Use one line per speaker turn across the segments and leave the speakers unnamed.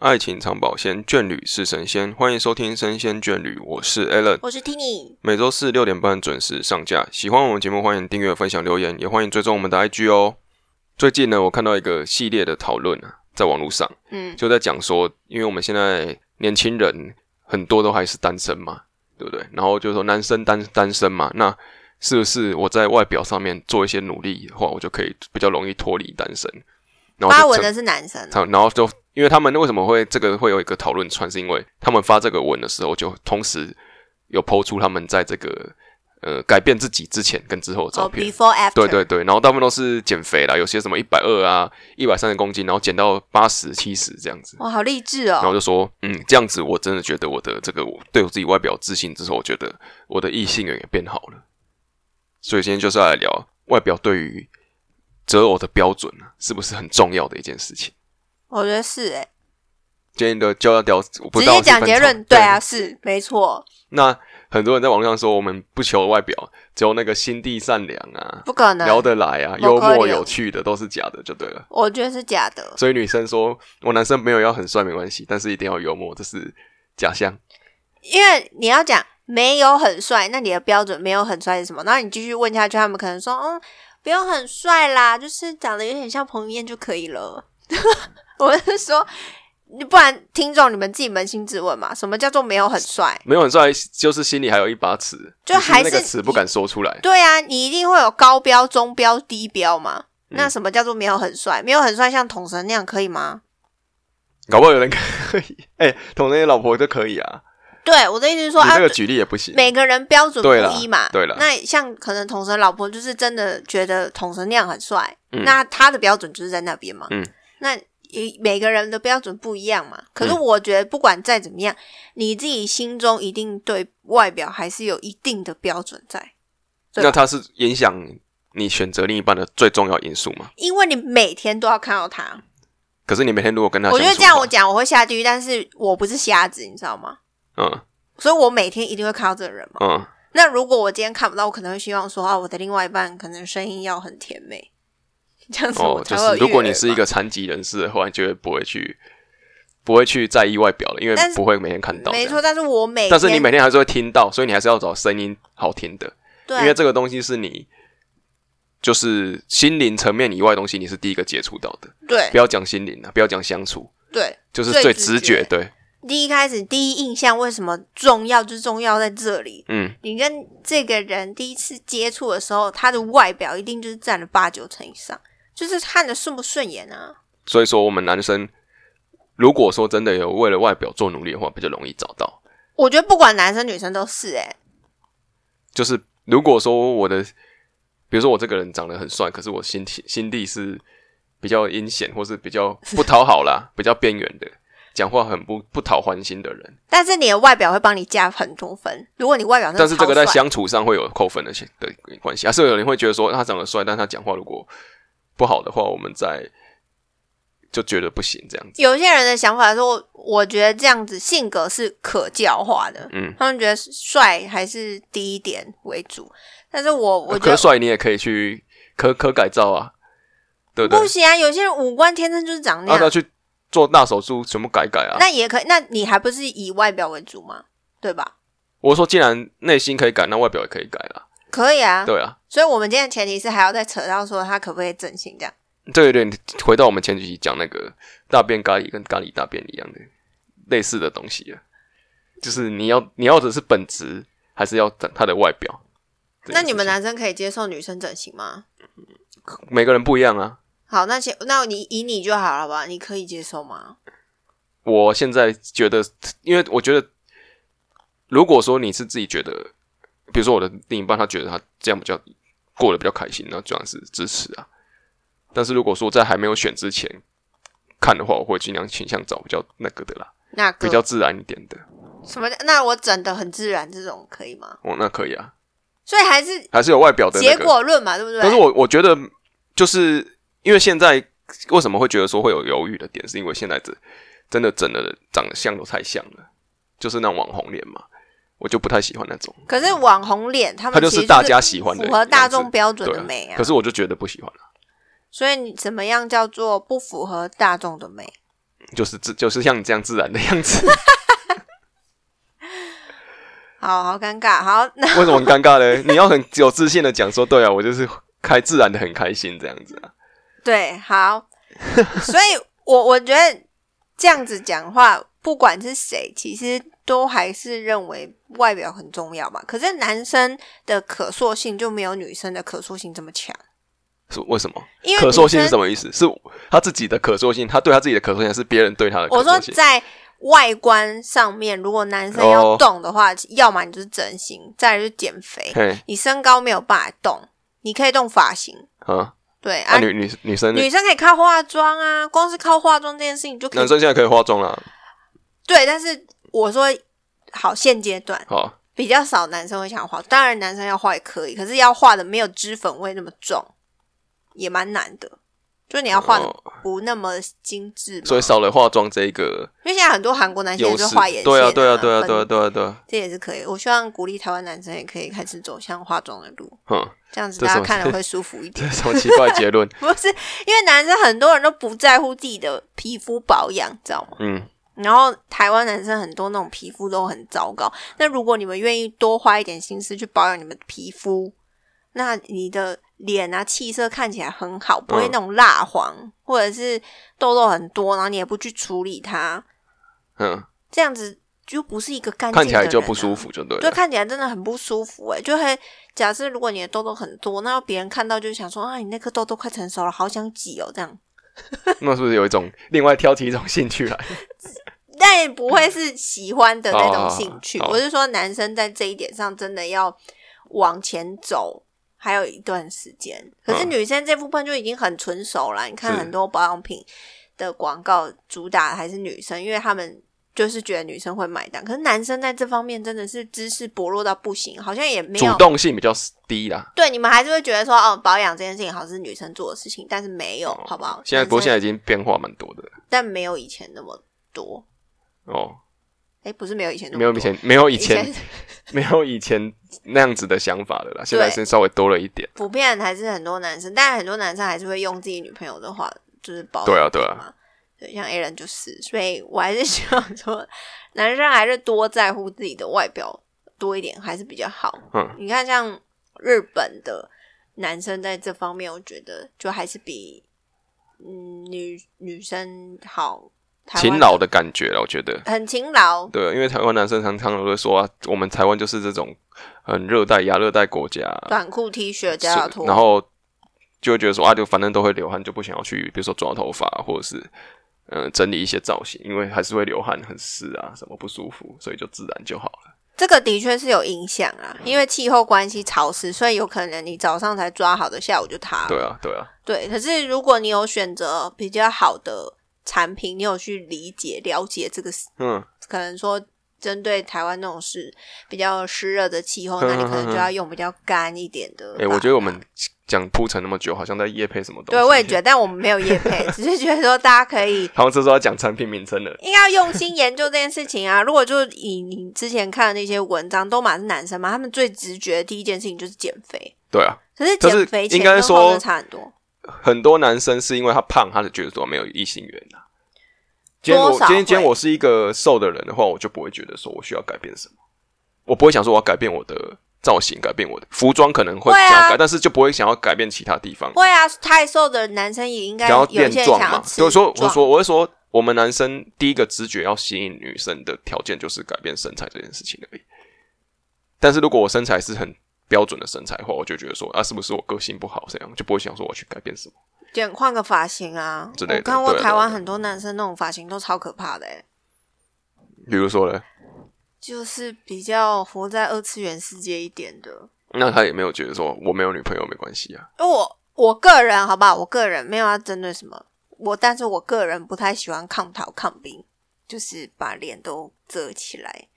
爱情长保鲜，眷侣是神仙。欢迎收听《生鲜眷侣》，我是 Alan，
我是 Tini，
每周四六点半准时上架。喜欢我们节目，欢迎订阅、分享、留言，也欢迎追踪我们的 IG 哦。最近呢，我看到一个系列的讨论啊，在网络上
嗯，
就在讲说，因为我们现在年轻人很多都还是单身嘛，对不对？然后就说男生单单身嘛，那是不是我在外表上面做一些努力的话，我就可以比较容易脱离单身？然后
发
就
文
趁
的是男生哦、
他然后就因为他们为什么会这个会有一个讨论串，是因为他们发这个文的时候，就同时有抛出他们在这个呃改变自己之前跟之后的照
哦、
片。
，before after，
对对对，然后大部分都是减肥啦，有些什么一百二啊、一百三十公斤，然后减到八十、七十这样子。
哇，好励志
然后
哦，
就说，嗯，这样子我真的觉得我的这个我对我自己外表自信之后，我觉得我的异性缘也变好了。所以今天就是要来聊外表对于择偶的标准啊是不是很重要的一件事情。
我觉得是哎、
今天的就要聊不
直
到
接
10
讲
分
结
钟
论，对啊，。是没错，
那很多人在网上说，我们不求外表，只有那个心地善良啊，
不可能，
聊得来啊，
不
幽
可
默
能
有趣的都是假的，就对了。
我觉得是假的，
所以女生说，我男生没有要很帅没关系，但是一定要幽默，这是假象。
因为你要讲没有很帅，那你的标准没有很帅是什么？然后你继续问下去，他们可能说，嗯，不用很帅啦，就是长得有点像彭于晏就可以了。 我是说，不然听众你们自己扪心自问嘛，什么叫做没有很帅？
没有很帅，就是心里还有一把尺，
就还
只那个
是
尺不敢说出来。
对啊，你一定会有高标、中标、低标嘛。
嗯
那什么叫做没有很帅？没有很帅，像统神那样可以吗？
搞不好有人可以， 哎、同性恋老婆就可以啊。
对，我的意思是说
你
啊
那，个举例也不行。
每个人标准
对啦
不一嘛。
对啦
那像可能统神老婆就是真的觉得统神那样很帅，
嗯
那他的标准就是在那边嘛。
嗯。
那也每个人的标准不一样嘛。可是
嗯
我觉得不管再怎么样，你自己心中一定对外表还是有一定的标准在。对吧
那它是影响你选择另一半的最重要因素嘛？
因为你每天都要看到他，
可是你每天如果跟他相
我
处
觉
的话，
得这样我讲我会下地狱，但是我不是瞎子，你知道吗？
嗯
所以我每天一定会看到这个人嘛。
嗯，
那如果我今天看不到，我可能会希望说啊，我的另外一半可能声音要很甜美，这样子
哦
我，
就
才会有
是如果你是一
悦耳
个残疾人士的话，你就会不会去不会去在意外表了，因为
但是
不会每天看
嘛
到。
没错，，但是我每天
但是你每天还是会听到，所以你还是要找声音好听的，
对啊
因为这个东西是你就是心灵层面以外的东西，你是第一个接触到的。
对
不要讲心灵了，啊不要讲相处，
对
就是
最
最
直
直
觉
觉。对，
第一开始第一印象为什么重要？就重要在这里。
嗯，
你跟这个人第一次接触的时候，他的外表一定就是占了八九成以上，就是看着顺不顺眼啊。
所以说我们男生如果说真的有为了外表做努力的话，比较容易找到。
我觉得不管男生女生都是哎、欸
就是如果说我的，比如说我这个人长得很帅，可是我心地心地是比较阴险，或是比较不讨好 啦，比较边缘的，讲话很不不讨欢心的人，
但是你的外表会帮你加很多分。如果你外表真的
但是这个在
超帅
相处上会有扣分的现的关系啊，是有人会觉得说他长得帅，但他讲话如果不好的话，我们在就觉得不行这样子，
有些人的想法说，我觉得这样子性格是可教化的，
嗯。
他们觉得帅还是低一点为主。但是我我觉
啊可
得
帅你也可以去可可改造啊，对不对啊
不？行啊，有些人五官天生就是长那
让
样，
他去做大手术，全部改改啊。
那也可以，那你还不是以外表为主吗？对吧？
我说，既然内心可以改，那外表也可以改啦。
可以啊，
对啊，
所以我们今天的前提是还要再扯到说他可不可以整形这样。
这有点回到我们前几集讲那个大便咖喱跟咖喱大便一样的类似的东西啊，就是你要你要的是本质，还是要等他的外表？
那你们
呢？
男生可以接受女生整形吗？
每个人不一样啊。
好，那先，那你以你就好了吧？你可以接受吗？
我现在觉得，因为我觉得，如果说你是自己觉得，比如说我的另一半，他觉得他这样比较过得比较开心，那当然是支持啊。但是如果说在还没有选之前看的话，我会尽量倾向找比较那个的啦，
那个
比较自然一点的。
什么？那我整的很自然，这种可以吗？
哦，那可以啊，
所以还是
还是有外表的、那
结
个。
果论嘛，对不对？
但是我我觉得，就是因为现在为什么会觉得说会有犹豫的点，是因为现在这真的整的长得像都太像了，就是那种网红脸嘛，我就不太喜欢那种。
可是网红脸，他们
它就
其实
是大家喜欢的
符合大众
样子
标准
对
的
啊
美啊。
可是我就觉得不喜欢了、
所以你怎么样叫做不符合大众的美？
就是自就是像你这样自然的样子。
好好尴尬。好，那
为什么很尴尬呢？你要很有自信的讲说，对啊，我就是开自然的很开心这样子啊。
对， 好，所以我我觉得这样子讲话，不管是谁，其实都还是认为外表很重要嘛。可是男生的可塑性就没有女生的可塑性这么强，
是为什么？
因为
可塑性
女
是
生
什么意思？是他自己的可塑性，他对他自己的可塑性，还是别人对他的可
我说
塑性？
在外观上面，如果男生要
哦
动的话，要么你就是整形，再来就是减肥。
嘿，
你身高没有办法动，你可以动发型。
啊，
对啊，
啊，女女女生，
女生可以靠化妆啊，光是靠化妆这件事情就可
男
以。
生现在可以化妆了，
对，但是我说好，现阶段
好，
比较少男生会想化，当然男生要化也可以，可是要化的没有脂粉味那么重，也蛮难的。就是你要化的
哦
不那么精致嘛，
所以少了化妆这一个
因为现在很多韩国男生
优
也是
势
画眼。线、
对啊，对啊，对啊，
分
对啊，对啊，对啊，
这也是可以。我希望鼓励台湾男生也可以开始走向化妆的路，
啊哼，
这样子
这
大家
什么
看了会舒服一点
这。是什么奇怪的结论？
不是，因为男生很多人都不在乎自己的皮肤保养，知道吗？
嗯，
然后台湾男生很多那种皮肤都很糟糕。那如果你们愿意多花一点心思去保养你们的皮肤，那你的脸啊气色看起来很好，
嗯
不会那种蜡黄、或者是痘痘很多，然后你也不去处理它，
嗯，
这样子就不是一个干净
看
的
起
人啊、
来就不舒服，就对
就
了。
看起来真的很不舒服哎、就很假设如果你的痘痘很多，那别人看到就想说啊，你那颗痘痘快成熟了，好想挤哦这样。
那是不是有一种另外挑起一种兴趣来？
但也不会是喜欢的那种兴趣。
嗯哦哦哦
我是说，男生在这一点上真的要往前走，还有一段时间。可是
嗯
女生这部分就已经很纯熟了。你看
是
很多保养品的广告主打还是女生，因为他们就是觉得女生会买单。可是男生在这方面真的是知识薄弱到不行，好像也 没
主
有
动性比较低啦。
对你们还是会觉得说，哦，保养这件事情好像是女生做的事情，但是没有，好不好？
哦现在不过现在
在，
已经变化蛮多的
但没有以前那么多。
哦，
哎，不是没有以前那么
没有以
多
前没有以
以
前 没有以前那样子的想法了啦，现在
对
是稍微多了一点。
普遍还是很多男生，但很多男生还是会用自己女朋友的话，就是保
对啊
养
对啊
品嘛。对，像 A 人就是，所以我还是希望说，男生还是多在乎自己的外表多一点，还是比较好。
嗯，
你看，像日本的男生在这方面，我觉得就还是比嗯女女生好，台湾
勤劳的感觉了，我觉得。
很勤劳，
对，因为台湾男生常常都会说、啊，我们台湾就是这种很热带亚热带国家，啊
短裤、T 恤、
是
加小拖，
然后就会觉得说啊，就反正都会流汗，就不想要去，比如说抓头发或者是呃整理一些造型，因为还是会流汗，很湿啊，什么不舒服，所以就自然就好了。
这个的确是有影响啊，
嗯
因为气候关系潮湿，所以有可能你早上才抓好的，下午就塌了。
对啊，对啊，
对，可是如果你有选择比较好的产品，你有去理解、了解这个，
嗯，
可能说针对台湾那种是比较湿热的气候，那你可能就要用比较干一点的吧。
哎、我觉得我们讲铺陈那么久，好像在夜配什么东西。
对，我也 觉得，但我们没有业配，只是觉得说大家可以
他们这时候要讲产品名称了。
应该要用心研究这件事情啊。如果就是以你之前看的那些文章，都满是男生嘛，他们最直觉的第一件事情就是减肥，
对啊，
可是
可是
减肥前
应该
跟
说
后真的差很多。
很多男生是因为他胖，他就觉得说没有异性缘啊。今天我
多少
今天今天
会
我是一个瘦的人的话，我就不会觉得说我需要改变什么，我不会想说我要改变我的造型，改变我的服装，可能会
会啊
想要改，但是就不会想要改变其他地方，
会啊，太瘦的男生也应该
想要
有
变
一些人
壮
想要
嘛。
吃
所以说，我
壮
说我会说，我们男生第一个直觉要吸引女生的条件就是改变身材这件事情而已。但是如果我身材是很标准的身材的话，我就觉得说啊，是不是我个性不好这样，就不会想说我去改变什么。
剪换个发型啊
之类的
我看过
对啊
台湾
对啊
很多男生那种发型都超可怕的、欸，
比如说呢，
就是比较活在二次元世界一点的。
那他也没有觉得说我没有女朋友没关系啊。
因为我哦我个人好不好？我个人没有要针对什么，我但是我个人不太喜欢抗讨抗冰，就是把脸都遮起来。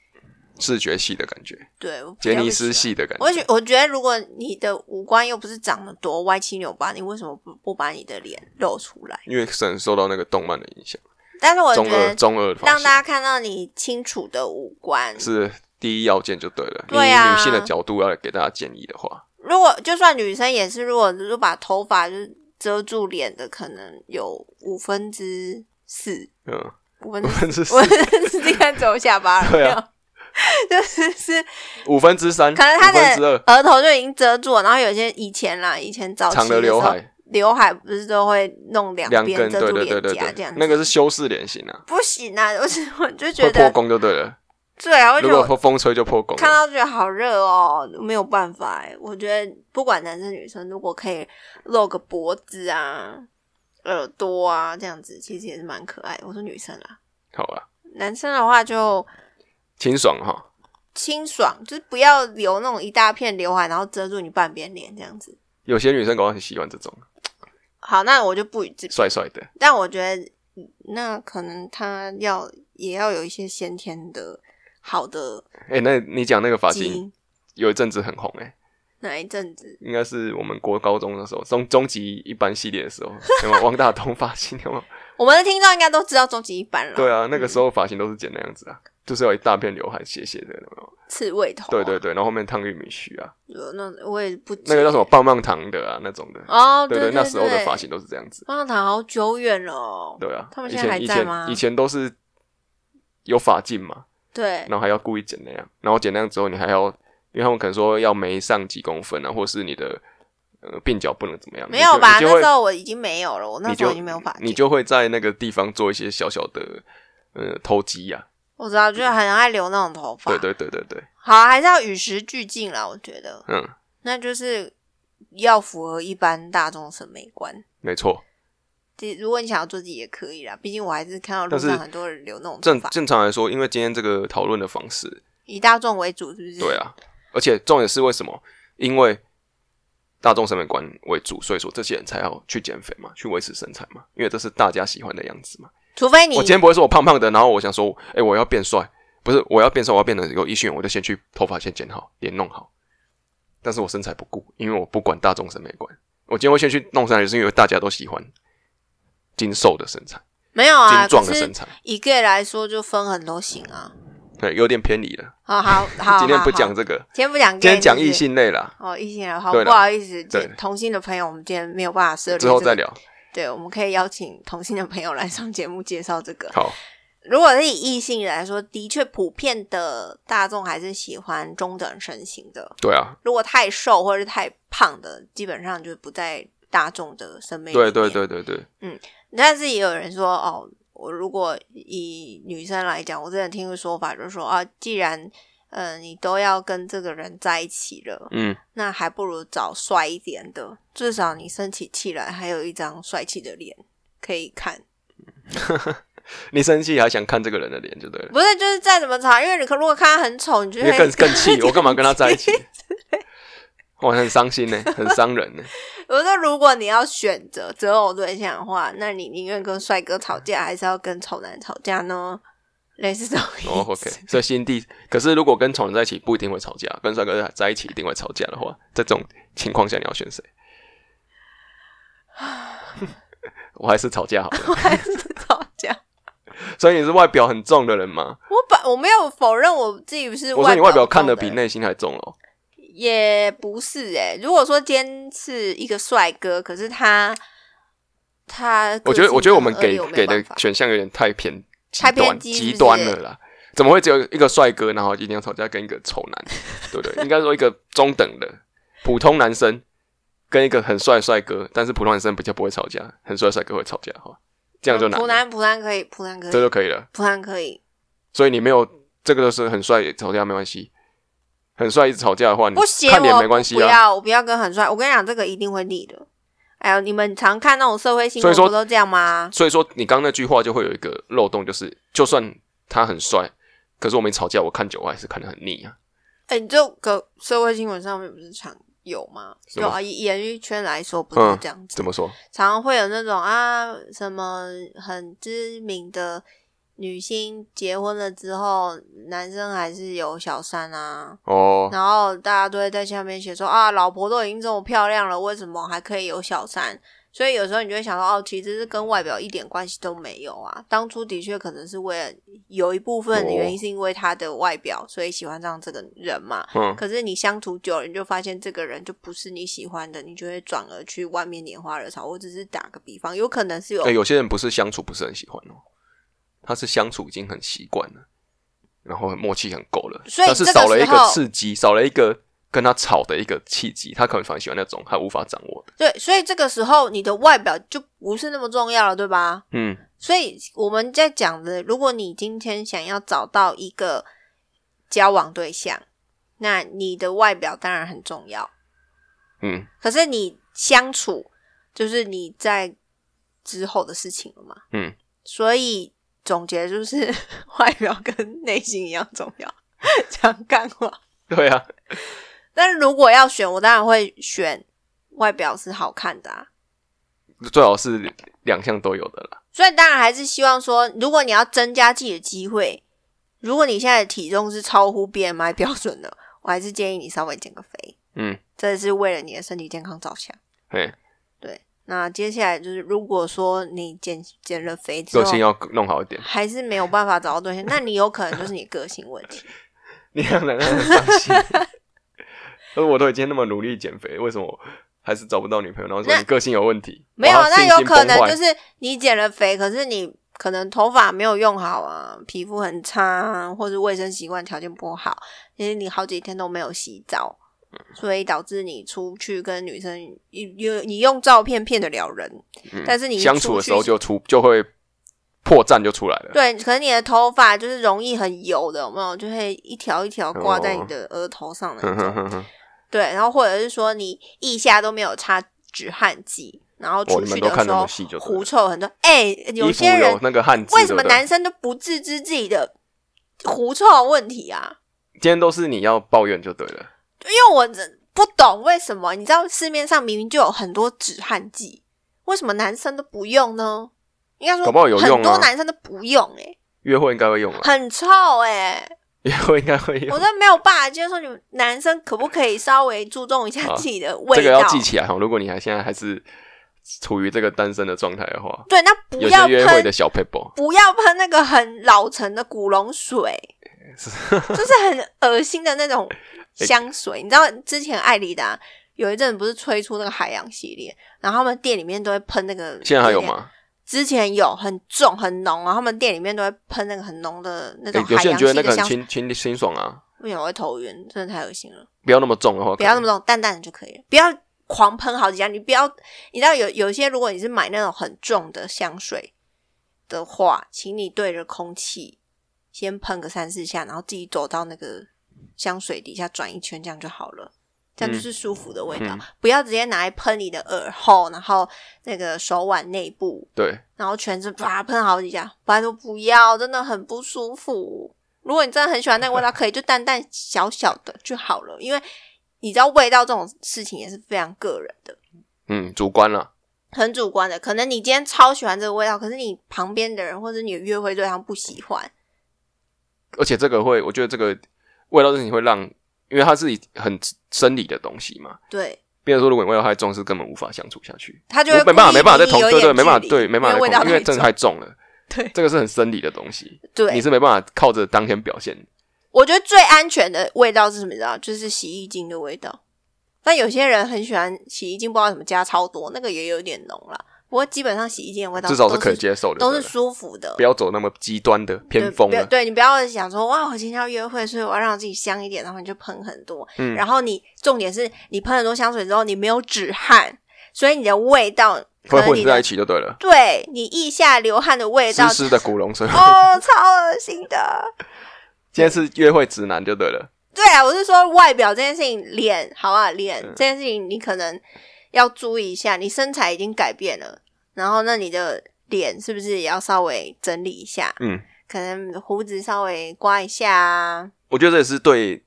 视觉系的感觉，
对，我比较
杰尼
不喜
斯
欢。
系的感
我
觉。
觉我觉得，如果你的五官又不是长得多歪七扭八，你为什么不不把你的脸露出来？
因为可能受到那个动漫的影响，
但是我觉
中二
得
中二的发
让大
型
家看到你清楚的五官。
是第一要件就对了。
对啊
以女性的角度要给大家建议的话，
如果就算女生也是，如果就把头发就是遮住脸的，可能有五分之四，
嗯，
我们
五分之四
我，们是这样走下巴了，
对啊，
就是是
五分之三，
可能他
五分之
的
二，
额头就已经遮住了，然后有些以前啦，以前早期
长
的
的刘
时候，
海
刘海不是都会弄两
两
边
根，
遮
对
住
对
脸
对对
颊这
对
样，子，
那个是修饰脸型啊，
不行啊！ 我只我就觉
会破
得
功就对了。
对啊，我就
如
觉得
果
我
风风吹就破功了，
看到觉得好热哦，没有办法哎、我觉得不管男生女生，如果可以露个脖子啊、耳朵啊这样子，其实也是蛮可爱的。我说女生啦，
好啊，
男生的话就
清爽哈。
清爽，就是不要留那种一大片刘海，然后遮住你半边脸这样子。
有些女生搞不好很喜欢这种
好，那我就不予置评。
帅帅的，
但我觉得嗯那可能他要也要有一些先天的好的
哎、那你讲那个发
基
型
因。
有一阵子很红哎、
那一阵子，
应该是我们国高中的时候，中终极一班系列的时候，有没有汪大同 发型？有没有？
我们的听众应该都知道终极一班了。
对啊，那个时候发型都是剪那样子啊，就是有一大片刘海斜斜的，有没有？
刺猬头、
对对对，然后后面烫玉米须啊，
有，那我也不
那个叫什么棒棒糖的啊那种的，
哦，
对
对，
那时候的发型都是这样子。
棒棒糖好久远了哦。
对啊，
他们
以
现在
前
还
以
在吗
前以前都是有发镜嘛，
对
然后还要故意剪那样，然后剪那样之后，你还要，因为他们可能说要眉上几公分啊，或是你的呃鬓角不能怎么样，
没有吧？
你就
那
会
时候我已经没有了，我那
你
时候
就
已经没有发
你
型。
就会在那个地方做一些小小的呃偷鸡呀、
我知道，就是很爱留那种头发。
对对对对对，
好，还是要与时俱进啦，我觉得，
嗯，
那就是要符合一般大众审美观。
没错，
这如果你想要做自己也可以啦，毕竟我还是看到路
但是
上很多人留那种头
正
发，
正常来说，因为今天这个讨论的方式，
以大众为主，是不是？
对，啊，而且重点是为什么？因为大众审美观为主，所以说这些人才要去减肥嘛，去维持身材嘛，因为这是大家喜欢的样子嘛。
除非你
我今天不会说我胖胖的，然后我想说，哎、我要变帅，不是我要变帅，我要变得有异性缘，我就先去头发先剪好，脸弄好。但是我身材不顾，因为我不管大众审美观。我今天会先去弄上来，是因为大家都喜欢精瘦的身材、
没有啊，
精
可
壮的身
是
材，
以 gay 来说，就分很多型啊。
对，有点偏离了。
好好好，
今天
好
不
啊好
讲这个，
今天不讲 gay，
今天讲
是不是
异性类啦，
哦，异性啊，好
对
不
啦
好意思，这
对
同性的朋友，我们今天没有办法涉猎、
之后再。聊。
对，我们可以邀请同性的朋友来上节目介绍这个。
好，
如果是以异性人来说，的确普遍的大众还是喜欢中等身形的。
对啊，
如果太瘦或者是太胖的，基本上就不在大众的审美。
对对。对对对，
但是也有人说，哦，我如果以女生来讲，我之前听个说法，就是说啊，既然嗯、呃你都要跟这个人在一起了，
嗯，
那还不如找帅一点的，至少你生起气来还有一张帅气的脸可以看。
你生气还想看这个人的脸就对了，
不是，就是再怎么吵，因为你可如果看他很丑，你就
因
会
为 更更气，我干嘛跟他在一起？我很伤心呢、很伤人欸呢、
我说，如果你要选择择偶对象的话，那你宁愿跟帅哥吵架，还是要跟丑男吵架呢？类似这种意思。
哦、o k 所以心地，可是如果跟丑人在一起不一定会吵架，跟帅哥在一起一定会吵架的话，在这种情况下你要选谁？我还是吵架好了。
我还是吵架。
所以你是外表很重的人吗？
我本我没有否认我自己是
我说你外表看
的
得比内心还重哦。
也不是哎、如果说今天是一个帅哥，可是他他
我
个
觉
性
得，
很
我觉得我们
恶
给
劣我没
给
有
的
办法
选项有点太偏极
太偏
端
激
极
是不
端
是
了啦。怎么会只有一个帅哥，然后一定要吵架跟一个丑男，对 不对？应该说一个中等的普通男生跟一个很帅的帅哥，但是普通男生比较不会吵架，很帅的帅哥会吵架的话，这样就难
嗯普
了，
南普南可以，普南可
这
以，
就可以了。
普南可以，
所以你没有这个就是很帅吵架没关系，很帅一直吵架的话，你
不行，
嗯看脸
我
没关系
不
啊。
要，我不要跟很帅。我跟你讲，这个一定会立的。哎呦，你们常看那种社会新
所以
闻
说
不都这样吗？
所以说你刚刚那句话就会有一个漏洞，就是就算他很帅，可是我们一吵架，我看久了还是看得很腻啊。
哎、你这个社会新闻上面不是常有吗？
什么嗯
有啊，以演艺圈来说不是这样子，
怎么说？
常常会有那种啊，什么很知名的女星结婚了之后，男生还是有小三啊，
哦，
然后大家都会在下面写说啊，老婆都已经这么漂亮了，为什么还可以有小三？所以有时候你就会想到，哦，其实是跟外表一点关系都没有啊。当初的确可能是为了有一部分的原因是因为他的外表，所以喜欢上这个人嘛。
嗯，
可是你相处久了，你就发现这个人就不是你喜欢的，你就会转而去外面拈花惹草。我只是打个比方，有可能是有
哎、有些人不是相处不是很喜欢哦，他是相处已经很习惯了，然后默契很够了，
所以
但是
这个
少了一
时
个
候
刺激，少了一个跟他吵的一个契机，他可能反而喜欢那种他无法掌握的。
对，所以这个时候你的外表就不是那么重要了，对吧？
嗯，
所以我们在讲的，如果你今天想要找到一个交往对象，那你的外表当然很重要。
嗯，
可是你相处，就是你在之后的事情了嘛。
嗯，
所以总结就是 外表跟内心一样重要，讲干话。
对啊，
但是如果要选，我当然会选外表是好看的啊。
最好是两项都有的啦。
所以当然还是希望说，如果你要增加自己的机会，如果你现在的体重是超乎 BMI 标准的，我还是建议你稍微减个肥，
嗯，
这是为了你的身体健康着想。
嘿，
对，那接下来就是，如果说你减减了肥之
个
后
性，要弄好一点，
还是没有办法找到对象，那你有可能就是你个性问 题。
你让人很伤 心。而我都已经那么努力减肥，为什么我还是找不到女朋友？然后说
那
你个性有问题，
没有，
然后
那
信
有
心
可
崩
能
坏
就是你减了肥，可是你可能头发没有用好啊，皮肤很差、啊，或者卫生习惯条件不好，因为你好几天都没有洗澡，
嗯
所以导致你出去跟女生，你你你用照片骗得了人，
嗯
但是你一
相处
出
的
去
时候就出就会破绽就出来了。
对，可能你的头发就是容易很油的，有没有？就会一条一条挂在你
哦
的额头上的那
哼
种。
哼哼哼，
对，然后或者是说你腋下都没有擦止汗剂，然后
哦，
出
你
去
们都
的
看
时
那
候
么细就对了
狐臭很多。哎、有
衣服
些人
那个汗渍，
为什么
对不对
男生都不自知自己的狐臭问题啊？
今天都是你要抱怨就对了？
因为我真不懂为什么，你知道市面上明明就有很多止汗剂，为什么男生都不用呢？应该说
搞不好有用啊
很多男生都不用、欸，
约会应该会用啊，
很臭、欸，
约会应该会用
我。真的没有办法接受你们男生可不可以稍微注重一下
啊
自己的味
这
道？
个要记起来哦哈，如果你还现在还是处于这个单身的状态的话，
对，那不
有
要
些约会
喷
的小 paper
不要喷那个很老成的古龙水，
是
就是很恶心的那种香 水。你知道之前艾丽达有一阵子不是推出那个海洋系列，然后他们店里面都会喷那个。
现在还有？吗？
之前有很重很浓，然后他们店里面都会喷那个很浓的那
诶
种海
哎有些人
洋系
觉得那
列
个很
香水，
清清清爽啊，
不行我会头晕，真的太恶心了。
不要那么重的话，
不要那
么
么重，淡淡的就可以了，不要狂喷好几家。你不要，你知道有有些，如果你是买那种很重的香水的话，请你对着空气先喷个三四下，然后自己走到那个香水底下转一圈，这样就好了。这样就是舒服的味道，
嗯
不要直接拿来喷你的耳后，然后那个手腕内部，
对，
然后全身啪喷好几下，拜托不要，真的很不舒服。如果你真的很喜欢那个味道，可以就淡淡小小的就好了，因为你知道味道这种事情也是非常个人的，
嗯，主观了，
很主观的。可能你今天超喜欢这个味道，可是你旁边的人或者你的约会对象不喜欢，
而且这个会，我觉得这个味道事情会让，因为它是很生理的东西嘛，
对
变成说如果你味道太重，是根本无法相处下去。
他就
我
会
没办法，
故意
没办法再
离
同
你有
对对，
点
没办法
距离
对，没办
因
法
为味
再
道
同，因为
太
真的太重了，
对
这个是很生理的东西，你
对。
是没办法靠着当天表现。
我觉得最安全的味道是什么？你知道，就是洗衣精的味道。但有些人很喜欢洗衣精，不知道怎么加超多，那个也有点浓啦。不过基本上洗衣精的味道
至少
啊都
是
是
可以接受的，
都是
对
舒服的
不。要走那么极端的
对
偏锋啊
不要
了。
对你不要想说哇，我今天要约会，所以我要让自己香一点，然后你就喷很多。
嗯
然后你重点是你喷很多香水之后，你没有止汗，所以你的味道
会
可能
混
你
在一
的
起就对了，
对你腋下流汗的味道
湿，湿的古龙 水。
哦，超恶心的。
今天是约会直男就对了，
对啊，我是说外表这件事情，脸好啊，脸、这件事情你可能要注意一下。你身材已经改变了，然后那你的脸是不是也要稍微整理一下？
嗯，
可能胡子稍微刮一下啊，
我觉得这也是对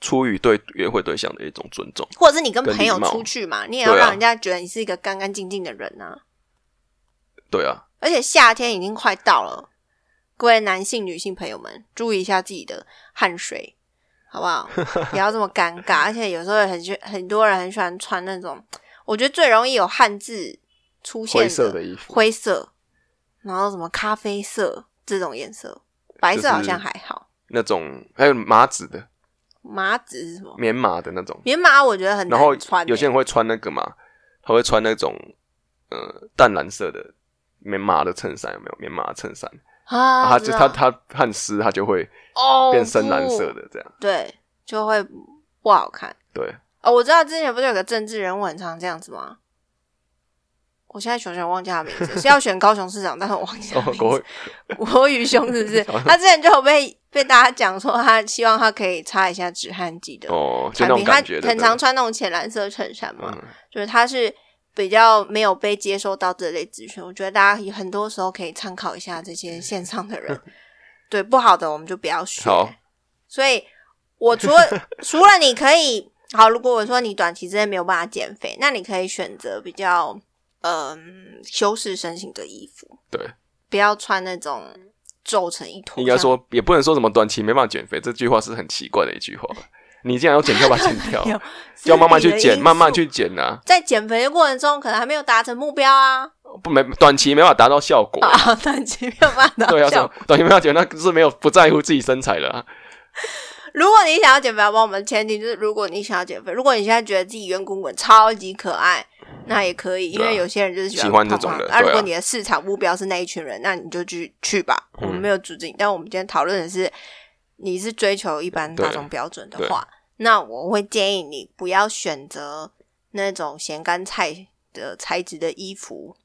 出于对约会对象的一种尊重。
或者是你跟朋友
跟礼貌
出去嘛，你也要
对啊
让人家觉得你是一个干干净净的人啊。
对啊，
而且夏天已经快到了，各位男性、女性朋友们，注意一下自己的汗水，好不好？ 不要这么尴尬。而且有时候很喜很多人很喜欢穿那种，我觉得最容易有汗渍出现
灰色的衣服，
灰色，然后什么咖啡色这种颜色，白色好像还好。
那种还有麻质的
麻子是什么？
棉麻的那种，
棉麻我觉得很
然后
难穿欸、
有些人会穿那个嘛，他会穿那种呃淡蓝色的棉麻的衬衫，有没有棉麻的衬衫？
啊，
他
知
就
道
他他汗湿，他就会
哦
变深蓝色
不
的这样。
对，就会不好看。
对，
哦，我知道之前不是有个政治人物很常这样子吗？我现在熊熊忘记他名字，是要选高雄市长，但是我忘记他
哦
名，字。
国会
国语兄是 不是？他之前就有被被大家讲说，他希望他可以擦一下止汗剂的
哦，就
产
那种
品。他
感觉的，
很
对
常穿那种浅蓝色衬衫嘛，
嗯，
就是他是比较没有被接收到这类资讯。我觉得大家有很多时候可以参考一下这些线上 的人，对不好的我们就不要学。
好，
所以我除 了除了你可以好，如果我说你短期之内没有办法减肥，那你可以选择比较嗯、修饰身形的衣服，
对，
不要穿那种皱成一坨。
应该说也不能说什么短期没办法减肥，这句话是很奇怪的一句话。你既然要减掉，把它减掉，
有
要慢慢去减，慢慢。
是你的因素
去减啊。
在减肥的过程中，可能还没有达成目 标啊，
不没短期没办法达到效果，
啊，短期没有办法
对
达
啊，
效
什么短期没办法减，那是没有不在乎自己身材了、啊。
如果你想要减肥，帮我们前提就是，如果你想要减肥，如果你现在觉得自己圆滚滚超级可爱，那也可以，因
对啊
为有些人就是
喜欢这
胖
种
胖
的
那、啊、
对啊
如果你的市场目标是那一群人，那你就去去吧，我们没有阻止你。但我们今天讨论的是，你是追求一般大众标准的话，那我会建议你不要选择那种咸干菜的材质的衣服。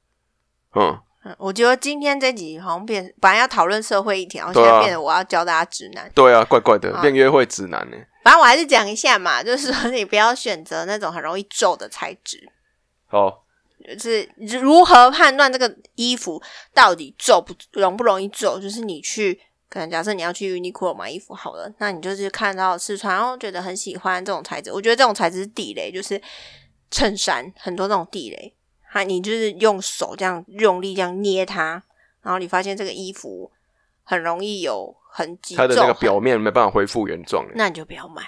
嗯，
嗯，我觉得今天这集好像变，本来要讨论社会议题，然后现
对啊
在变得我要教大家指南。
对啊，怪怪的，
啊
变约会指南呢、欸
反正我还是讲一下嘛，就是说你不要选择那种很容易皱的材质，
好，
就是如何判断这个衣服到底皱不容不容易皱，就是你去可能假设你要去 Uniqlo 买衣服好了，那你就是看到试穿，然后觉得很喜欢这种材质，我觉得这种材质是地雷，就是衬衫很多那种地雷，啊，你就是用手这样用力这样捏它，然后你发现这个衣服很容易有痕迹，
它的
皱
那个
痕
表面没办法恢复原状、欸。
那你就不要买，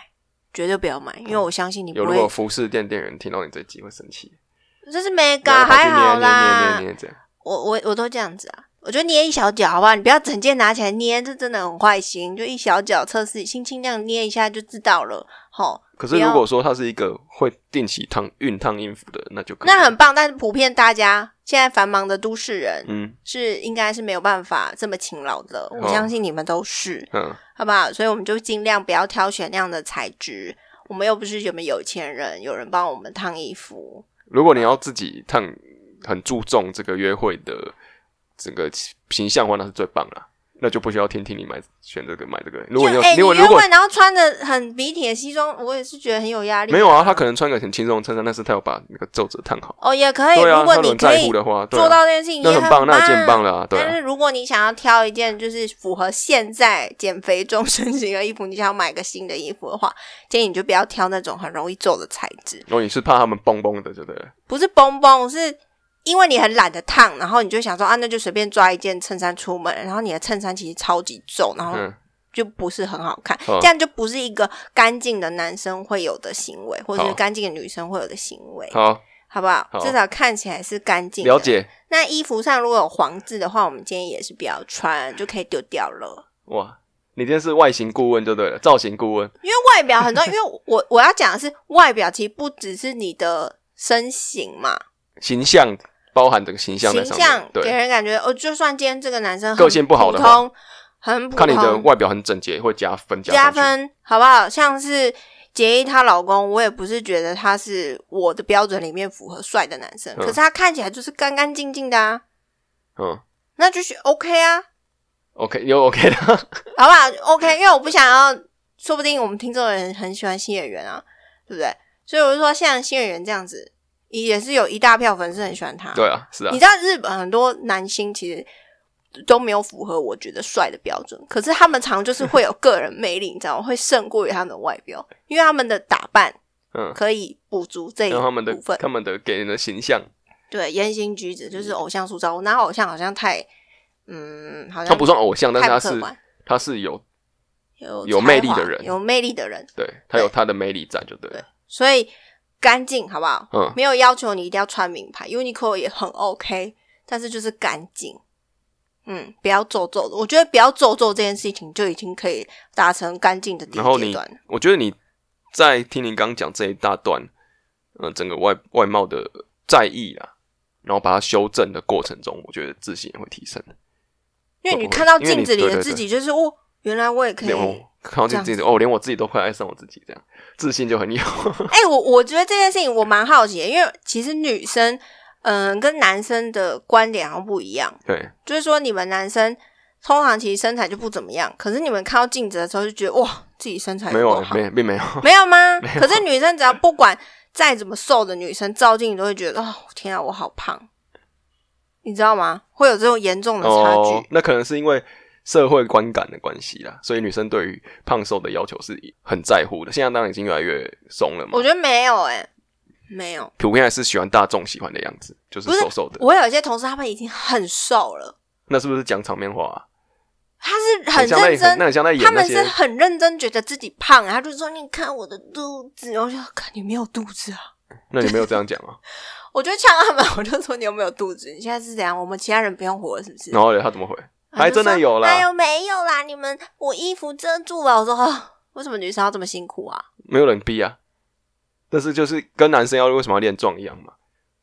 绝对不要买，因为我相信你
嗯
不
有如果
会。
服饰店店员听到你这集会生气，
这是 mega
然后跑去
还
捏
好
捏捏
啦
捏，捏这样。
我我我都这样子啊，我就捏一小角，好不好？你不要整件拿起来捏，这真的很坏心。就一小角测试，轻轻这样捏一下就知道了。吼，
可是
不要
如果说它是一个会定期烫熨烫衣服的，那就可以
那很棒。但是普遍大家现在繁忙的都市人。
嗯
是应该是没有办法这么勤劳的，我
哦
相信你们都是。
嗯
好不好？所以我们就尽量不要挑选那样的材质。我们又不是什么有钱人，有人帮我们烫衣服，
如果你要自己烫，很注重这个约会的整个形象的话，那是最棒啦。那就不需要天天你买选这个买这个。如果你
就
要，
哎、
因为
你约
如果
会然后穿的很笔挺的西装，我也是觉得很有压力、
没有啊，他可能穿个很轻松的衬衫，但是他有把那个皱褶烫好。
哦也可以，
对啊，
如果
他
你
很
可
在
以
乎的话，对
做
啊，
到这件事情，
那
也
很
棒，
那就很棒了啊，对
但
啊
是，如果你想要挑一件就是符合现在减肥中身形的衣服，你想要买个新的衣服的话，建议你就不要挑那种很容易皱的材质，
然后你是怕他们蹦蹦的，对不对了？
不是蹦蹦，是因为你很懒得烫，然后你就想说啊，那就随便抓一件衬衫出门，然后你的衬衫其实超级皱，然后
嗯，
就不是很好看，
哦
这样就不是一个干净的男生会有的行为，或者是
好
干净的女生会有的行为，好
好，
不好？
好
至少看起来是干净的。
了。解。
那衣服上如果有黄渍的话，我们建议也是不要穿，就可以丢掉了。
哇，你今天是外形顾问就对了，造型顾问。
因为外表很重要，因为我我要讲的是外表，其实不只是你的身形嘛，
形象包含整个形象在
形
上面
象，给
对，
人感觉哦，就算今天这个男生很
个性不好的
普
话
通，很普通，
看你的外表很整洁会加分
加
上去，
分好不好？像是杰伊她老公，我也不是觉得他是我的标准里面符合帅的男生，
嗯
可是他看起来就是干干净净的啊，
嗯
那就是 OK 啊，
，OK 有 OK 的，
好不好？OK，因为我不想要，说不定我们听众人很喜欢新演员啊，对不对？所以我就说，像新演员这样子，也是有一大票粉丝很喜欢他。
对啊，是啊
你，知道日本很多男星其实都没有符合我觉得帅的标准，可是他们常就是会有个人魅力，你知道吗？会胜过于他们的外表，因为他们的打扮
嗯，
可以补足这一
然后他们的
部分。
他们的给人的形象，
对，言行举止就是偶嗯像塑造。我拿偶像好像太，嗯，好
他
像
不算偶像，但是
太
他
不客
是
观。
他是有
有
有
才
魅力
华
的人
有魅力的人，
对他有
对
他的魅力在，就对了，
所以干净，好不好？
嗯，
没有要求你一定要穿名牌，Uniqlo 也很 OK，但是就是干净。嗯，不要皱皱的，我觉得不要皱皱这件事情就已经可以达成干净的第一
然后
阶
你
段了。
我觉得你在听你刚讲这一大段，呃，整个外外貌的在意啦，然后把它修正的过程中，我觉得自信也会提升。
因为
会
你
不会
看到
因为
镜
你
子里
对
的
对
自
对
己，就是哦，原来我也可以。
连我看到
这
自
样
己，哦，连我自己都快爱上我自己，这样自信就很有。
哎、我我觉得这件事情我蛮好奇的，因为其实女生，嗯、跟男生的观点好像不一样。
对，
就是说，你们男生通常其实身材就不怎么样，可是你们看到镜子的时候就觉得哇，自己身材
没有
多
啊，
好
没并没有。
没有吗？可是女生只要不管再怎么瘦的女生，照镜你都会觉得哦，天啊，我好胖，你知道吗？会 有这种严重的差距。
哦，那可能是因为社会观感的关系啦，所以女生对于胖瘦的要求是很在乎的。现在当然已经越来越松了嘛
我，觉得没有哎、没有。
普遍还是喜欢大众喜欢的样子，就是
不是
瘦瘦的。
我有一些同事，他们已经很瘦了，
那是不是讲场面话啊、
他是 很
像在
认真
哎那，很像在演
他
那
们是
些
很认真，觉得自己胖，然后就说：“你看我的肚子。”我就说看你没有肚子啊。
那你没有这样讲 啊？
我就呛他们，我就说：“你有没有肚子？你现在是怎样？我们其他人不用活了，是不是
然后嘞他怎么回？？”
然后
还
就
真的
说
有啦
哎呦，没有啦！你们我衣服遮住了。我说：“啊，为什么女生要这么辛苦啊
没有人逼啊。但是就是跟男生要为什么要练壮一样嘛，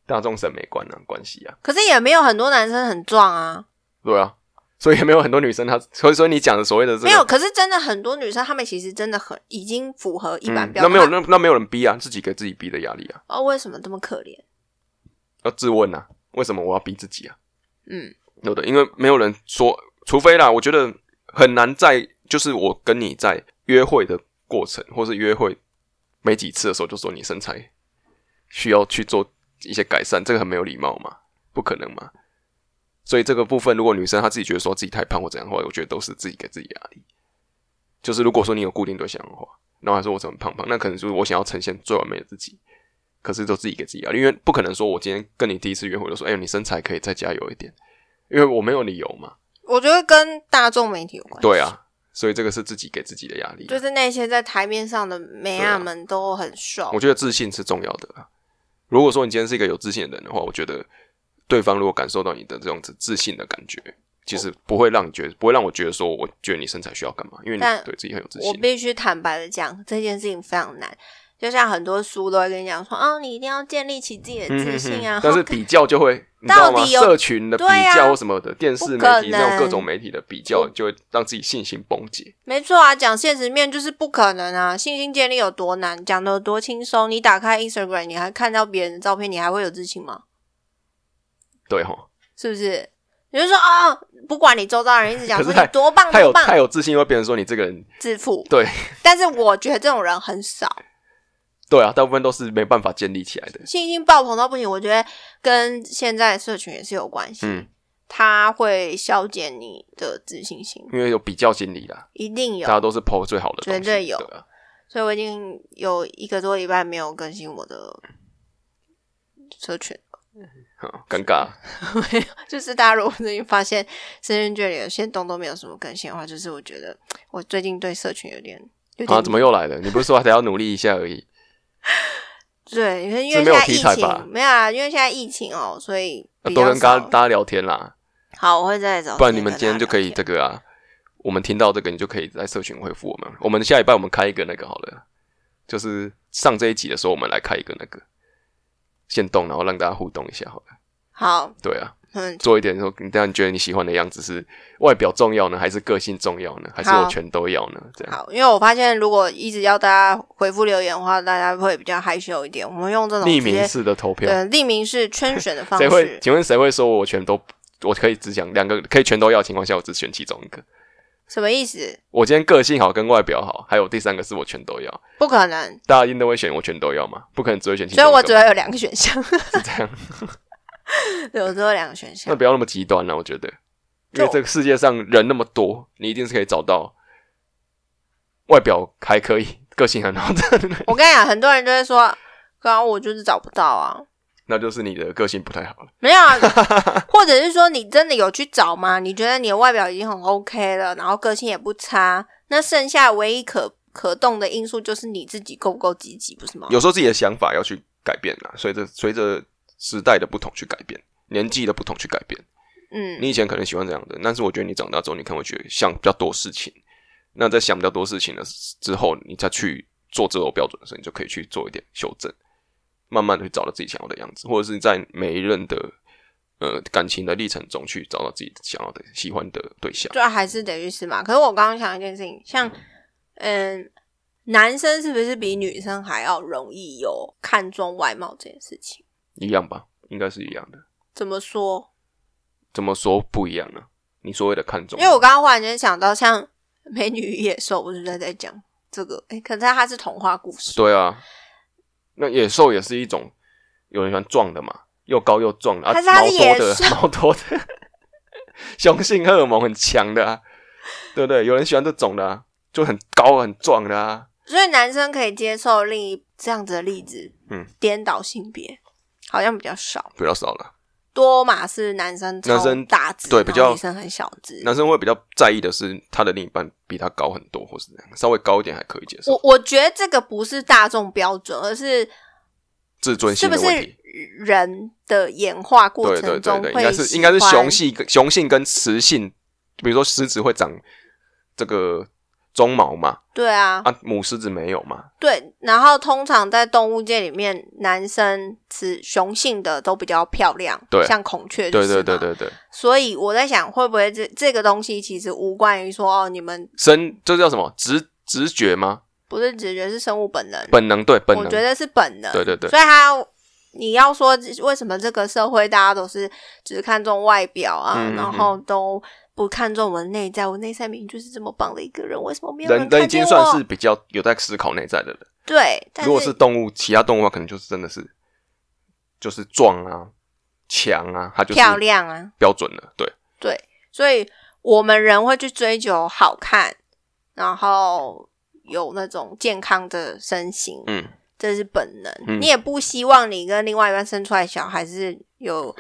大众审美观啊关系啊，？”
可是也没有很多男生很壮啊，
对啊，所以也没有很多女生她，所以说你讲的所谓的这个
没有。可是真的很多女生，她们其实真的很已经符合一般
嗯那
标准。
没有那那没有人逼啊，自己给自己逼的压力啊，
哦，为什么这么可怜？
要自问啊，为什么我要逼自己啊？
嗯，
对不对？因为没有人说，除非啦，我觉得很难在就是我跟你在约会的过程，或是约会没几次的时候，就说你身材需要去做一些改善，这个很没有礼貌嘛，不可能嘛。所以这个部分，如果女生她自己觉得说自己太胖或怎样的话，我觉得都是自己给自己压力。就是如果说你有固定对象的话，然后还说我怎么胖胖，那可能就是我想要呈现最完美的自己，可是都自己给自己压力，因为不可能说我今天跟你第一次约会就说，哎呦你身材可以再加油一点，因为我没有理由嘛。
我觉得跟大众媒体有关系。
对啊，所以这个是自己给自己的压力。啊
就是那些在台面上的美亚们都很瘦，
我觉得自信是重要的啦。如果说你今天是一个有自信的人的话，我觉得对方如果感受到你的这种自自信的感觉，其实不会让你觉得，不会让我觉得说，我觉得你身材需要干嘛，因为你
但
对自己很有自
我
信。
必须坦白的讲，这件事情非常难。就像很多书都会跟你讲说，哦，你一定要建立起自己的
嗯
自信啊。
但是
然后
比较就会，你知道
到
吗？
底有
社群的比
对啊
较或什么的，电视
不
媒
可
体那
能
种各种媒体的比较，就会让自己信心崩解。
没错啊，讲现实面就是不可能啊。信心建立有多难，讲的有多轻松。你打开 Instagram，你还看到别人的照片，你还会有自信吗？
对哈，
是不是？你就说啊、哦，不管你周遭人一直讲说
可是太
你多棒
太有
多
太
棒，
有自信，会变成说你这个人
自负。
对
但是我觉得这种人很少。
对啊，大部分都是没办法建立起来的。
信心爆棚到不行，我觉得跟现在的社群也是有关系。
嗯，
它会消减你的自信心，
因为有比较心理啦，
一定有
大。家都是 PO 最好的东西，
绝对有
啊。
所以我已经有一个多礼拜没有更新我的社群，
好尴尬，
就是大家如果最近发现生日卷里的线动都没有什么更新的话，就是我觉得我最近对社群有点有点、
啊，怎么又来了？你不是说还要努力一下而已？
对，因为
是
现
没有
在疫
题材吧
情没有啊，因为现在疫情哦，所以
啊
比
多
较
跟大
少。哦
家大家聊天啦，
好，我会再找时间跟大家聊天。
不然你们今天就可以这个啊。我们听到这个，你就可以在社群回复我们。我们下礼拜我们开一个那个好了，就是上这一集的时候，我们来开一个那个限动，然后让大家互动一下好了。
好，
对啊，
嗯，
做一点说，这样你觉得你喜欢的样子是外表重要呢，还是个性重要呢，还是
好
我全都要呢？这样
好，因为我发现如果一直要大家回复留言的话，大家会比较害羞一点。我们用这种
匿
直
名
接
式的投票，
对匿名式圈选的方
谁会？
式，
请问谁会说我全都我可以只讲两个，可以全都要的情况下，我只选其中一个？
什么意思？
我今天个性好跟外表好，还有第三个是我全都要，
不可能，
大家一定都会选我全都要嘛，不可能只会选其
所
中
以
一个嘛。
我只会有两个选项，
是这样，
对我只会有两个选
那
项。
不要那么极端了、我觉得，因为
就
这个世界上人那么多，你一定是可以找到外表还可以、个性很好的人，
我跟你讲，很多人就会说，刚刚我就是找不到啊，
那就是你的个性不太好了。
没有啊，或者是说你真的有去找吗？你觉得你的外表已经很 OK 了，然后个性也不差，那剩下唯一可可动的因素就是你自己够不够积极，不是吗？
有时候自己的想法要去改变啦，随着随着时代的不同去改变，年纪的不同去改变。
嗯，
你以前可能喜欢这样的，但是我觉得你长大之后，你可能会觉得想比较多事情。那在想比较多事情的之后，你再去做择偶标准的时候，你就可以去做一点修正，慢慢的去找到自己想要的样子，或者是在每一任的呃感情的历程中去找到自己想要的、喜欢的对象。
就还是得去试嘛。可是我刚刚想一件事情，像嗯，男生是不是比女生还要容易有看重外貌这件事情？
一样吧，应该是一样的。
怎么说？
怎么说不一样呢？你所谓的看重，
因为我刚刚忽然间想到，像《美女与野兽》，我是在在讲这个，哎、可是它是童话故事，
对啊，那野兽也是一种有人喜欢壮的嘛，又高又壮的，啊，
可是它
毛
是
多
野
的，
兽
毛多的，雄性荷尔蒙很强的啊，对不对？有人喜欢这种的、啊，就很高很壮的啊，
所以男生可以接受另一这样子的例子，
嗯，
颠倒性别好像比较少，
比较少了。
多嘛是男生超
男生
大只，
对
然后
比较
女生很小只，
男生会比较在意的是他的另一半比他高很多，或是怎样，稍微高一点还可以接受
我，我觉得这个不是大众标准，而是
自尊
是
心
不
的
是
问题。
人的演化过
对对
程
对
中
对，
会
应该是
喜
应该是
欢
雄性跟雄性跟雌性，比如说狮子会长这个鬃毛嘛，
对啊，
啊，母狮子没有嘛，
对。然后通常在动物界里面，男生雌雄性的都比较漂亮，
对
像孔雀就
对
是
对
嘛
对。对对，
所以我在想，会不会这这个东西其实无关于说哦，你们
生这叫什么直直觉吗？
不是直觉是生物本能，
本能对本
我觉
能，
得是本能。
对对对
所以他你要说为什么这个社会大家都是只看重外表啊，
嗯嗯嗯
然后都不看重我们内在，我内在明明就是这么棒的一个人，为什么没有
人人
看见我？
已经算是比较有在思考内在的人。
对，但
如果是动物，其他动物的话，可能就是真的是就是壮啊、强啊，它就是
漂亮啊，
标准了。对，
对，所以我们人会去追求好看，然后有那种健康的身形，
嗯，
这是本能。
嗯
你也不希望你跟另外一半生出来的小孩是有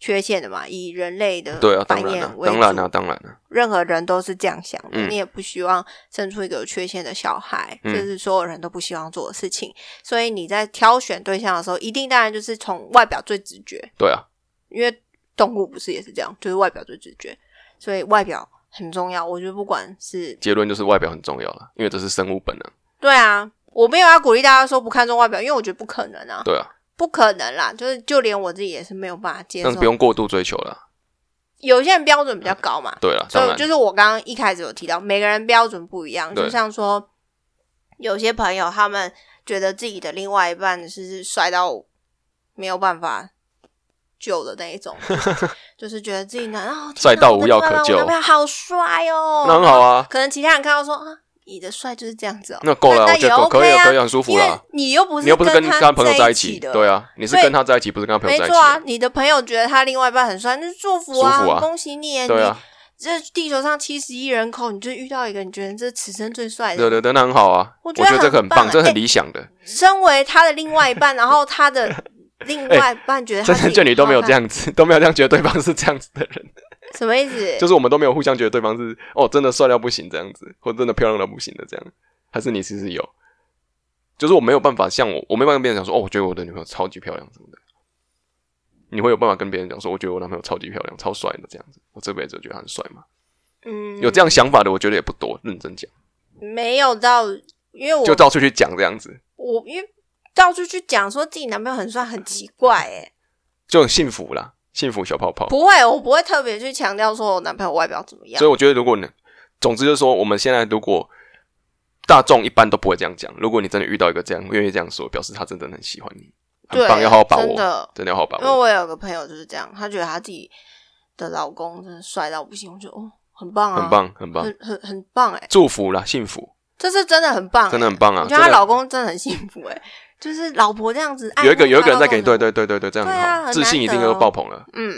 缺陷的嘛？以人类的
对啊，当
繁
然了
衍，为主，
当然了，当然啊了，
任何人都是这样想的。
嗯
你也不希望生出一个有缺陷的小孩，
嗯
这是所有人都不希望做的事情。所以你在挑选对象的时候，一定当然就是从外表最直觉，
对啊，
因为动物不是也是这样，就是外表最直觉，所以外表很重要。我觉得不管是
结论就是外表很重要了，因为这是生物本能。
对啊，我没有要鼓励大家说不看重外表，因为我觉得不可能啊，
对啊，
不可能啦，就是就连我自己也是没有办法接
但
受
是不。用过度追求了。
有些人标准比较高嘛，
对了，
所
当
以
然，
就是我刚刚一开始有提到，每个人标准不一样，
对
就像说有些朋友他们觉得自己的另外一半是帅到没有办法救的那一 种，就是觉得自己男哦，
帅到无药可救
我男朋友好帅哦，
那很好啊，
可能其他人看到说啊，你的帅就是这样子哦，
那够了，
那
我觉
也
得够可以
OK
了，
啊
可以了，很舒服
因为
了。
你又不是
你又不是跟
他
朋友在
一
一起，
的，
对啊，你是
所以
跟他在一起，不是跟他朋友
没
在一起
错啊，你的朋友觉得他另外一半很帅，那就祝福啊，
舒服啊
恭喜你耶，
啊，对啊，
你这地球上七十亿人口，你就遇到一个你觉得这此生最帅的
对，对对，那很好啊，
我
我
觉得
这个
很
很
棒
棒，
啊
这
哎
很理想的，
身为他的另外一半，然后他的 另外一半觉得他
哎真正
自己
就你都没有
好
这
看，
样子， 都没有这样觉得对方是这样子的人，
什么意思？
就是我们都没有互相觉得对方是哦，真的帅到不行这样子，或真的漂亮到不行的这样，还是你其实有，就是我没有办法像我，我没办法跟别人讲说，哦，我觉得我的女朋友超级漂亮什么的，你会有办法跟别人讲说，我觉得我男朋友超级漂亮、超帅的这样子，我这辈子有觉得他很帅吗？
嗯，
有这样想法的，我觉得也不多，认真讲，
没有到，因为我
就到处去讲这样子，
我因为到处去讲说自己男朋友很帅，很奇怪哎，
就很幸福啦，幸福小泡泡。
不会，我不会特别去强调说我男朋友外表怎么样
所以，我觉得，如果你，总之就是说，我们现在如果大众一般都不会这样讲，如果你真的遇到一个这样愿意这样说，表示他真的很喜欢你，很
对，
棒，要好好把握，
真
真的
的，
要好好把
因为
握。
我有个朋友就是这样，她觉得她自己的老公真的帅到不行，我觉得哦，很棒啊，
很，棒，很棒，
很很很棒哎、
祝福啦，幸福，
这是真的很棒欸、
真的很棒啊！
我觉得她
真的
老公真的很幸福哎、就是老婆这样子爱
有一个
慕
有一个人
她
在
到
给你，对
这种
对对对对，这样
对啊
很
很
好，
难
自信一定
得
就
哦
爆棚了。
嗯，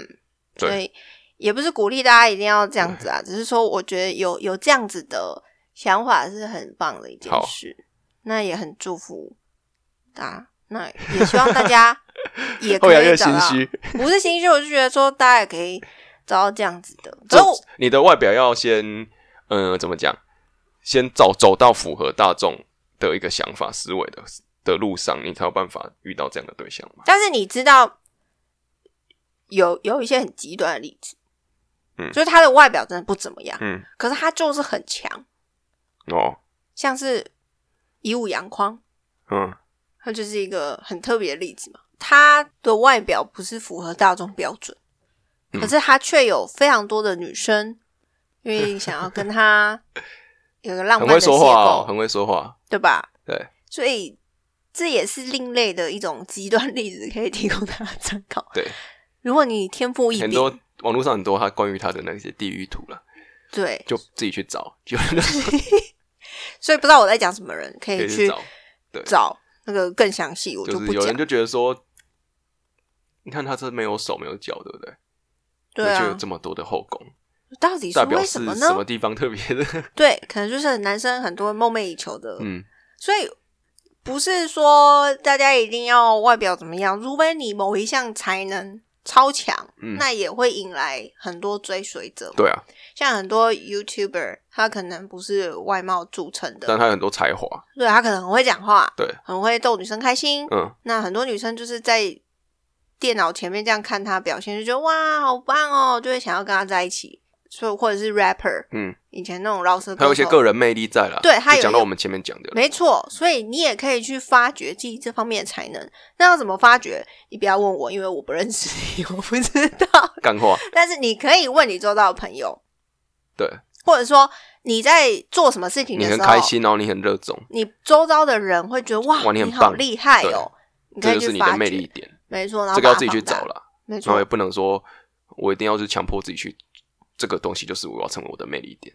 对
所以也不是鼓励大家一定要这样子啊，只是说我觉得有有这样子的想法是很棒的一件
好
事，那也很祝福啊，那也希望大 家也可
后
以
来越
找
心
到
虚，
不是心虚，我就觉得说大家也可以找到这样子的。
这
然后
呃你的外表要先，嗯、怎么讲？先走走到符合大众的一个想法思维的的路上，你才有办法遇到这样的对象嘛。
但是你知道，有有一些很极端的例子，
嗯
就是他的外表真的不怎么样，
嗯，
可是他就是很强，
哦，
像是以武扬匡，
嗯
他就是一个很特别的例子嘛。他的外表不是符合大众标准，
嗯
可是他却有非常多的女生愿意想要 跟他有个浪
很
漫
会
的邂
说话哦，
逅，
很会说话。
对吧？
对，
所以这也是另类的一种极端例子，可以提供大家参考。
对，
如果你天赋异
很
禀，
多网络上很多他关于他的那些地狱图了，
对，
就自己去找，就
所以不知道我在讲什么人，可
可
以
以去
去
找。对
找那个更详细，我
就
不
是有
讲
人。就觉得说，你看他这没有手没有脚，对不对？
对
就有
啊，
这么多的后宫，
到底是
代表
为
是
么
什
呢？
么地方特别 的？
对，可能就是男生很多梦寐以求的
嗯，
所以不是说大家一定要外表怎么样，除非你某一项才能超强，
嗯
那也会引来很多追随者嘛。
对啊，
像很多 YouTuber，他可能不是外貌著称
但
的，
他有很多才华，
对他可能很会讲话，
对，
很会逗女生开心。
嗯，
那很多女生就是在电脑前面这样看他表现，就觉得哇，好棒哦，就会想要跟他在一起。所以或者是 rapper，
嗯，
以前那种饶舌歌手，
还有一些个人魅力在啦。
对他有
就讲
一
到
个
我们前面讲的，
没错，所以你也可以去发掘自己这方面的才能。那要怎么发掘？你不要问我，因为我不认识你， 我不知道。
干话，
但是你可以问你周到的朋友，
对
或者说你在做什么事情
你
的时
很
候，
开心，然后你很热衷，
你周遭的人会觉得哇，
哇你很
好
棒
厉害哦，你可
这
以
就是
去
你
发
的
掘。
魅力点，
没错，然后
这个要
把它
自己去
放大
找，啦，
没
然后也
错，
不能说我一定要是强迫自己去这个东西，就是我要成为我的魅力点，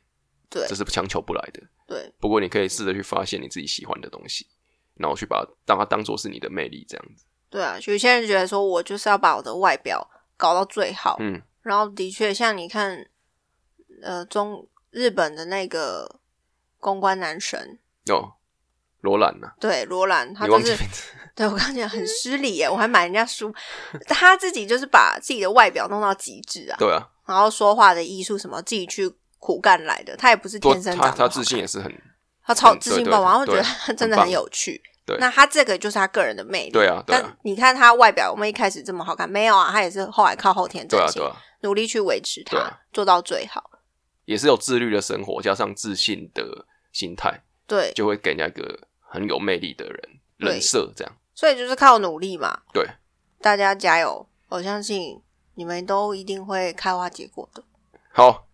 对
这是强求不来的。
对
不过你可以试着去发现你自己喜欢的东西，然后去把它当它当做是你的魅力这样子。
对啊。有些人觉得说我就是要把我的外表搞到最好，
嗯，
然后的确，像你看，呃，中日本的那个公关男神，
哦，罗兰呐，
对罗兰，他
你
就
忘记
是
名字？
对我刚刚讲很失礼耶，我还买人家书，他自己就是把自己的外表弄到极致啊，
对 啊，
然后说话的艺术什么，自己去苦干来的，他也不是
多
天生长
他
得好
他自信也是很
他超
嗯
自信
对
爆满，我
对
觉得
对
他真的
很棒
很有趣。
对
那他这个就是他个人的魅力。
对啊对啊
但你看他外表，我们一开始这么好看，没有啊，他也是后来靠后天
对
整
啊
形，
对啊，
努力去维持他，
对啊
做到最好。
也是有自律的生活，加上自信的心态，
对，
就会给人家一个很有魅力的人
对
人设这样。
所以就是靠努力嘛，
对，
大家加油！我相信你们都一定会开花结果的。
好，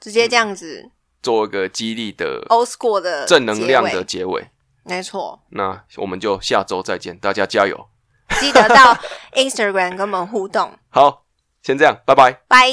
直接这样子、
做一个激励的
old school
嗯
的
正能量
哦结
的
尾，
结尾。
没错。
那我们就下周再见，大家加油！
记得到 Instagram 跟我们互动，
好，先这样，拜拜。
拜。